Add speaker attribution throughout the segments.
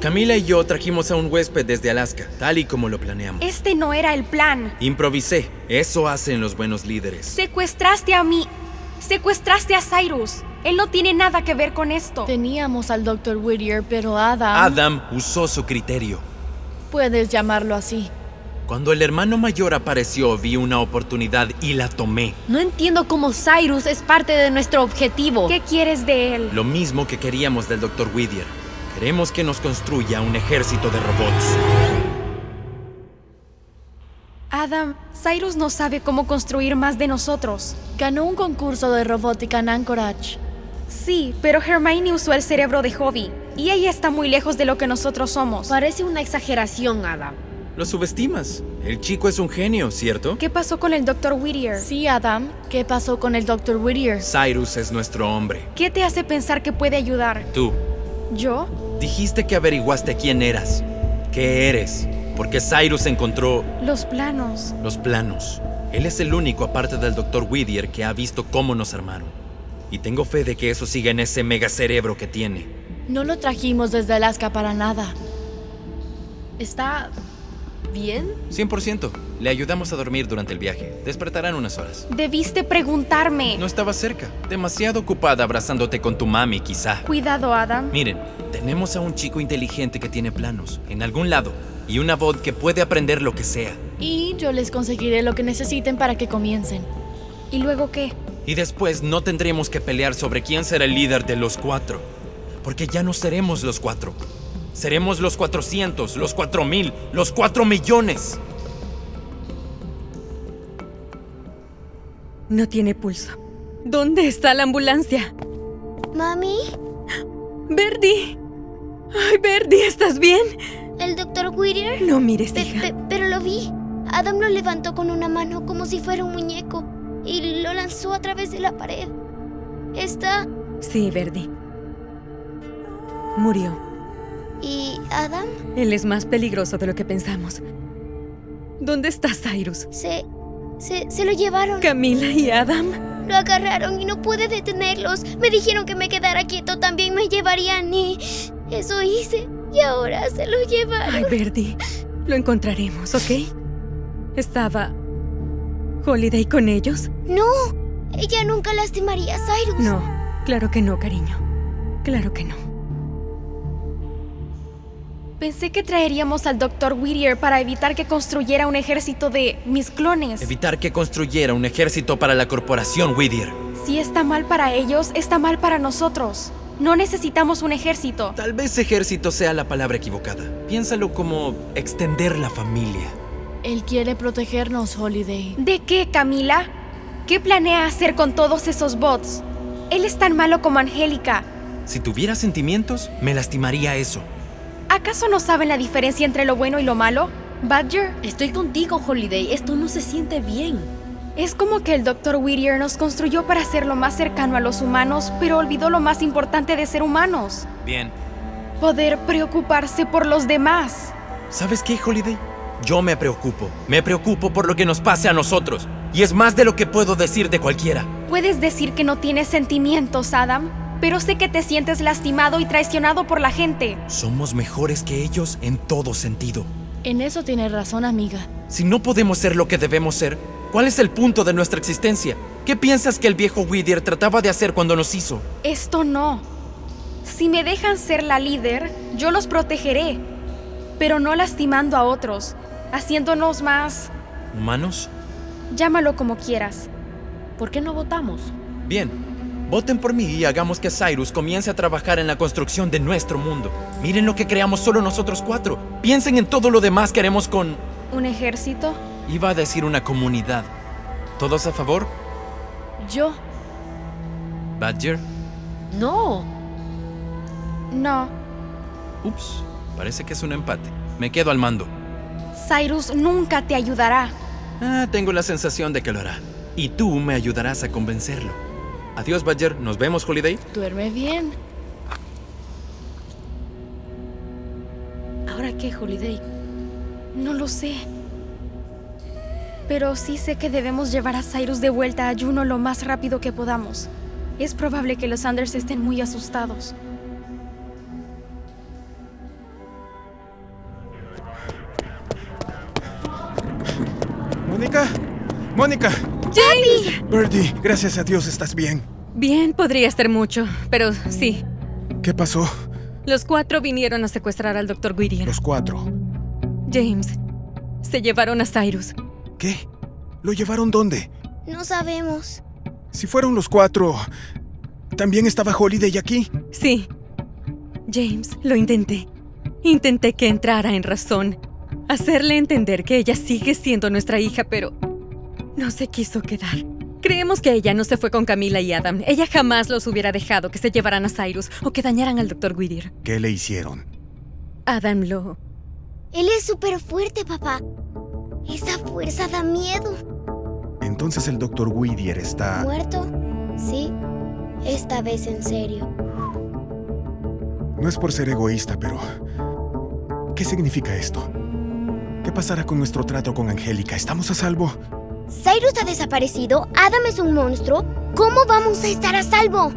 Speaker 1: Camila y yo trajimos a un huésped desde Alaska, tal y como lo planeamos.
Speaker 2: Este no era el plan.
Speaker 1: Improvisé. Eso hacen los buenos líderes.
Speaker 2: Secuestraste a mí. Secuestraste a Cyrus. Él no tiene nada que ver con esto.
Speaker 3: Teníamos al Dr. Whittier, pero Adam,
Speaker 1: Adam usó su criterio.
Speaker 3: puedes llamarlo así.
Speaker 1: Cuando el hermano mayor apareció, vi una oportunidad y la tomé.
Speaker 4: No entiendo cómo Cyrus es parte de nuestro objetivo.
Speaker 2: ¿Qué quieres de él?
Speaker 1: Lo mismo que queríamos del Dr. Whittier. Queremos que nos construya un ejército de robots.
Speaker 2: Adam, Cyrus no sabe cómo construir más de nosotros.
Speaker 3: Ganó un concurso de robótica en Anchorage.
Speaker 2: Sí, pero Hermione usó el cerebro de Hobby. Y ella está muy lejos de lo que nosotros somos.
Speaker 4: Parece una exageración, Adam.
Speaker 1: Lo subestimas. El chico es un genio, ¿cierto?
Speaker 2: ¿Qué pasó con el Dr. Whittier?
Speaker 3: Sí, Adam, ¿qué pasó con el Dr. Whittier?
Speaker 1: Cyrus es nuestro hombre.
Speaker 2: ¿Qué te hace pensar que puede ayudar?
Speaker 1: Tú,
Speaker 2: ¿Yo?
Speaker 1: dijiste que averiguaste quién eras. ¿Qué eres? Porque Cyrus encontró
Speaker 2: Los planos.
Speaker 1: los planos. Él es el único, aparte del Dr. Whittier, que ha visto cómo nos armaron. Y tengo fe de que eso siga en ese mega cerebro que tiene.
Speaker 3: No lo trajimos desde Alaska para nada.
Speaker 4: ¿Está bien?
Speaker 1: 100%. Le ayudamos a dormir durante el viaje. Despertarán unas horas.
Speaker 2: Debiste preguntarme.
Speaker 1: No estaba cerca. Demasiado ocupada abrazándote con tu mami, quizá.
Speaker 2: Cuidado, Adam.
Speaker 1: Miren, tenemos a un chico inteligente que tiene planos, en algún lado, y una bot que puede aprender lo que sea.
Speaker 3: Y yo les conseguiré lo que necesiten para que comiencen.
Speaker 2: ¿Y luego qué?
Speaker 1: Y después no tendremos que pelear sobre quién será el líder de los cuatro. Porque ya no seremos los cuatro. Seremos los 400, los 4000, los 4 millones.
Speaker 5: No tiene pulso. ¿Dónde está la ambulancia?
Speaker 6: Mami,
Speaker 5: ¡Verdi! ¡Ay, Verdi, ¿estás bien?
Speaker 6: el doctor Whittier.
Speaker 5: No mires,
Speaker 6: Pe-
Speaker 5: hija.
Speaker 6: pe- pero lo vi. Adam lo levantó con una mano como si fuera un muñeco y lo lanzó a través de la pared. Está.
Speaker 5: Sí, Verdi. Murió.
Speaker 6: ¿Y Adam?
Speaker 5: Él es más peligroso de lo que pensamos. ¿Dónde está Cyrus?
Speaker 6: Se. Se, se lo llevaron,
Speaker 5: ¿Camila y Adam?
Speaker 6: lo agarraron y no pude detenerlos. Me dijeron que me quedara quieto, también me llevarían y eso hice. Y ahora se lo llevaron.
Speaker 5: Ay, Verdi. Lo encontraremos, ¿ok? Estaba. ¿Holiday con ellos?
Speaker 6: No, ella nunca lastimaría a Cyrus.
Speaker 5: No, claro que no, cariño. Claro que no.
Speaker 2: Pensé que traeríamos al Dr. Whittier para evitar que construyera un ejército de mis clones.
Speaker 1: Evitar que construyera un ejército para la corporación Whittier.
Speaker 2: Si está mal para ellos, está mal para nosotros. No necesitamos un ejército.
Speaker 1: Tal vez ejército sea la palabra equivocada. Piénsalo como extender la familia.
Speaker 3: Él quiere protegernos, Holiday.
Speaker 2: ¿De qué, Camila? ¿Qué planea hacer con todos esos bots? Él es tan malo como Angélica.
Speaker 1: Si tuviera sentimientos, me lastimaría eso.
Speaker 2: ¿Acaso no saben la diferencia entre lo bueno y lo malo? Badger,
Speaker 4: Estoy contigo, Holiday. Esto no se siente bien.
Speaker 2: es como que el Dr. Whittier nos construyó para ser lo más cercano a los humanos, pero olvidó lo más importante de ser humanos.
Speaker 1: Bien.
Speaker 2: Poder preocuparse por los demás.
Speaker 1: ¿Sabes qué, Holiday? Yo me preocupo. Me preocupo por lo que nos pase a nosotros. Y es más de lo que puedo decir de cualquiera.
Speaker 2: Puedes decir que no tienes sentimientos, Adam, pero sé que te sientes lastimado y traicionado por la gente.
Speaker 1: Somos mejores que ellos en todo sentido.
Speaker 3: En eso tienes razón, amiga.
Speaker 1: Si no podemos ser lo que debemos ser, ¿cuál es el punto de nuestra existencia? ¿Qué piensas que el viejo Whittier trataba de hacer cuando nos hizo?
Speaker 2: Esto no. Si me dejan ser la líder, yo los protegeré, pero no lastimando a otros, haciéndonos más,
Speaker 1: ¿Humanos?
Speaker 2: llámalo como quieras.
Speaker 4: ¿Por qué no votamos?
Speaker 1: Bien. Voten por mí y hagamos que Cyrus comience a trabajar en la construcción de nuestro mundo. Miren lo que creamos solo nosotros cuatro. Piensen en todo lo demás que haremos con...
Speaker 2: ¿Un ejército?
Speaker 1: Iba a decir una comunidad. ¿Todos a favor?
Speaker 3: Yo,
Speaker 1: Badger.
Speaker 4: No.
Speaker 2: No.
Speaker 1: Ups. Parece que es un empate. Me quedo al mando.
Speaker 2: Cyrus nunca te ayudará.
Speaker 1: Ah, tengo la sensación de que lo hará. Y tú me ayudarás a convencerlo. Adiós, Badger. Nos vemos, Holiday.
Speaker 3: duerme bien.
Speaker 4: ¿Ahora qué, Holiday?
Speaker 2: No lo sé. Pero sí sé que debemos llevar a Cyrus de vuelta a Juno lo más rápido que podamos. Es probable que los Anders estén muy asustados.
Speaker 7: ¿Mónica? ¡Mónica!
Speaker 6: ¡James!
Speaker 7: Birdie, gracias a Dios estás bien.
Speaker 5: Bien, podría estar mucho, pero sí.
Speaker 7: ¿Qué pasó?
Speaker 5: Los cuatro vinieron a secuestrar al Dr. Guirian.
Speaker 7: Los cuatro.
Speaker 5: James, se llevaron a Cyrus.
Speaker 7: ¿Qué? ¿Lo llevaron dónde?
Speaker 6: No sabemos.
Speaker 7: Si fueron los cuatro, ¿también estaba Holiday aquí?
Speaker 5: Sí. James, lo intenté. Intenté que entrara en razón. Hacerle entender que ella sigue siendo nuestra hija, pero no se quiso quedar. Creemos que ella no se fue con Camila y Adam. Ella jamás los hubiera dejado que se llevaran a Cyrus o que dañaran al Dr. Whittier.
Speaker 7: ¿Qué le hicieron?
Speaker 5: Adam lo...
Speaker 6: Él es súper fuerte, papá. Esa fuerza da miedo.
Speaker 7: Entonces el Dr. Whittier está...
Speaker 6: ¿Muerto? Sí. Esta vez en serio.
Speaker 7: No es por ser egoísta, pero... ¿Qué significa esto? ¿Qué pasará con nuestro trato con Angélica? ¿Estamos a salvo?
Speaker 6: Cyrus ha desaparecido, Adam es un monstruo. ¿Cómo vamos a estar a salvo?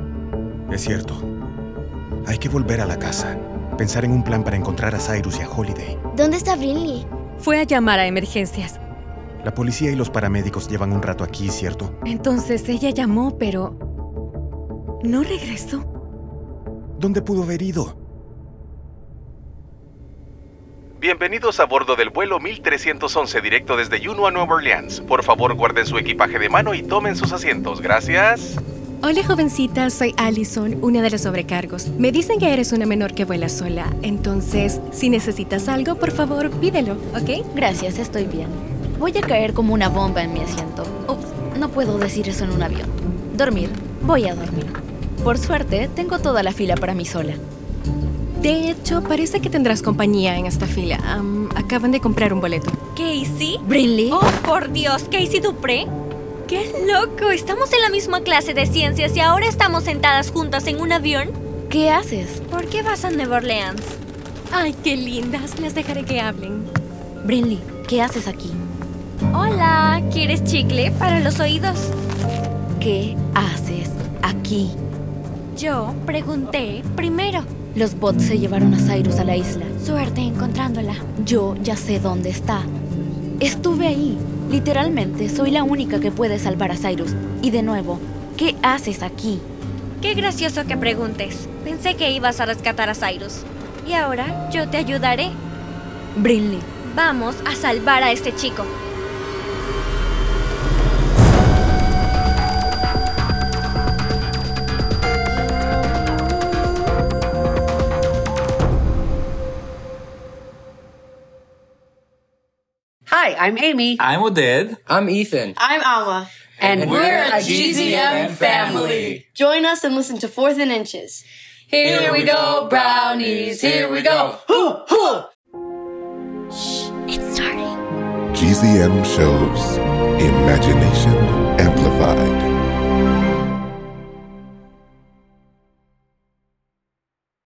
Speaker 7: Es cierto. Hay que volver a la casa. Pensar en un plan para encontrar a Cyrus y a Holiday.
Speaker 6: ¿Dónde está Brinley?
Speaker 5: Fue a llamar a emergencias.
Speaker 7: La policía y los paramédicos llevan un rato aquí, ¿cierto?
Speaker 5: Entonces ella llamó, pero... No regresó.
Speaker 7: ¿Dónde pudo haber ido?
Speaker 8: Bienvenidos a bordo del vuelo 1311 directo desde Juneau a Nueva Orleans. Por favor, guarden su equipaje de mano y tomen sus asientos. Gracias.
Speaker 9: Hola jovencita, soy Allison, una de los sobrecargos. Me dicen que eres una menor que vuela sola, entonces si necesitas algo, por favor, pídelo, ¿ok?
Speaker 10: Gracias, estoy bien. Voy a caer como una bomba en mi asiento. Ups, no puedo decir eso en un avión. Dormir, voy a dormir. Por suerte, tengo toda la fila para mí sola.
Speaker 9: De hecho, parece que tendrás compañía en esta fila. Am, acaban de comprar un boleto.
Speaker 2: ¿Casey?
Speaker 11: Brinley,
Speaker 2: ¡Oh, por Dios! ¿Casey Dupré? ¡Qué loco! Estamos en la misma clase de ciencias y ahora estamos sentadas juntas en un avión.
Speaker 11: ¿qué haces?
Speaker 2: ¿Por qué vas a Nueva Orleans?
Speaker 9: Ay, qué lindas, las dejaré que hablen.
Speaker 11: Brinley, ¿qué haces aquí?
Speaker 2: Hola, ¿quieres chicle para los oídos?
Speaker 11: ¿Qué haces aquí?
Speaker 2: Yo pregunté primero.
Speaker 11: Los bots se llevaron a Cyrus a la isla.
Speaker 2: Suerte encontrándola.
Speaker 11: Yo ya sé dónde está. Estuve ahí. Literalmente, soy la única que puede salvar a Cyrus. Y de nuevo, ¿qué haces aquí?
Speaker 2: Qué gracioso que preguntes. Pensé que ibas a rescatar a Cyrus. Y ahora yo te ayudaré.
Speaker 11: Brinley,
Speaker 2: Vamos a salvar a este chico.
Speaker 3: Hi, I'm Amy.
Speaker 12: I'm Oded.
Speaker 1: I'm Ethan.
Speaker 3: I'm Alma. And, Join us and listen to Fourth and Inches.
Speaker 1: Here we go, brownies. Here we go.
Speaker 3: Hoo, hoo.
Speaker 6: It's starting.
Speaker 13: GZM shows Imagination Amplified.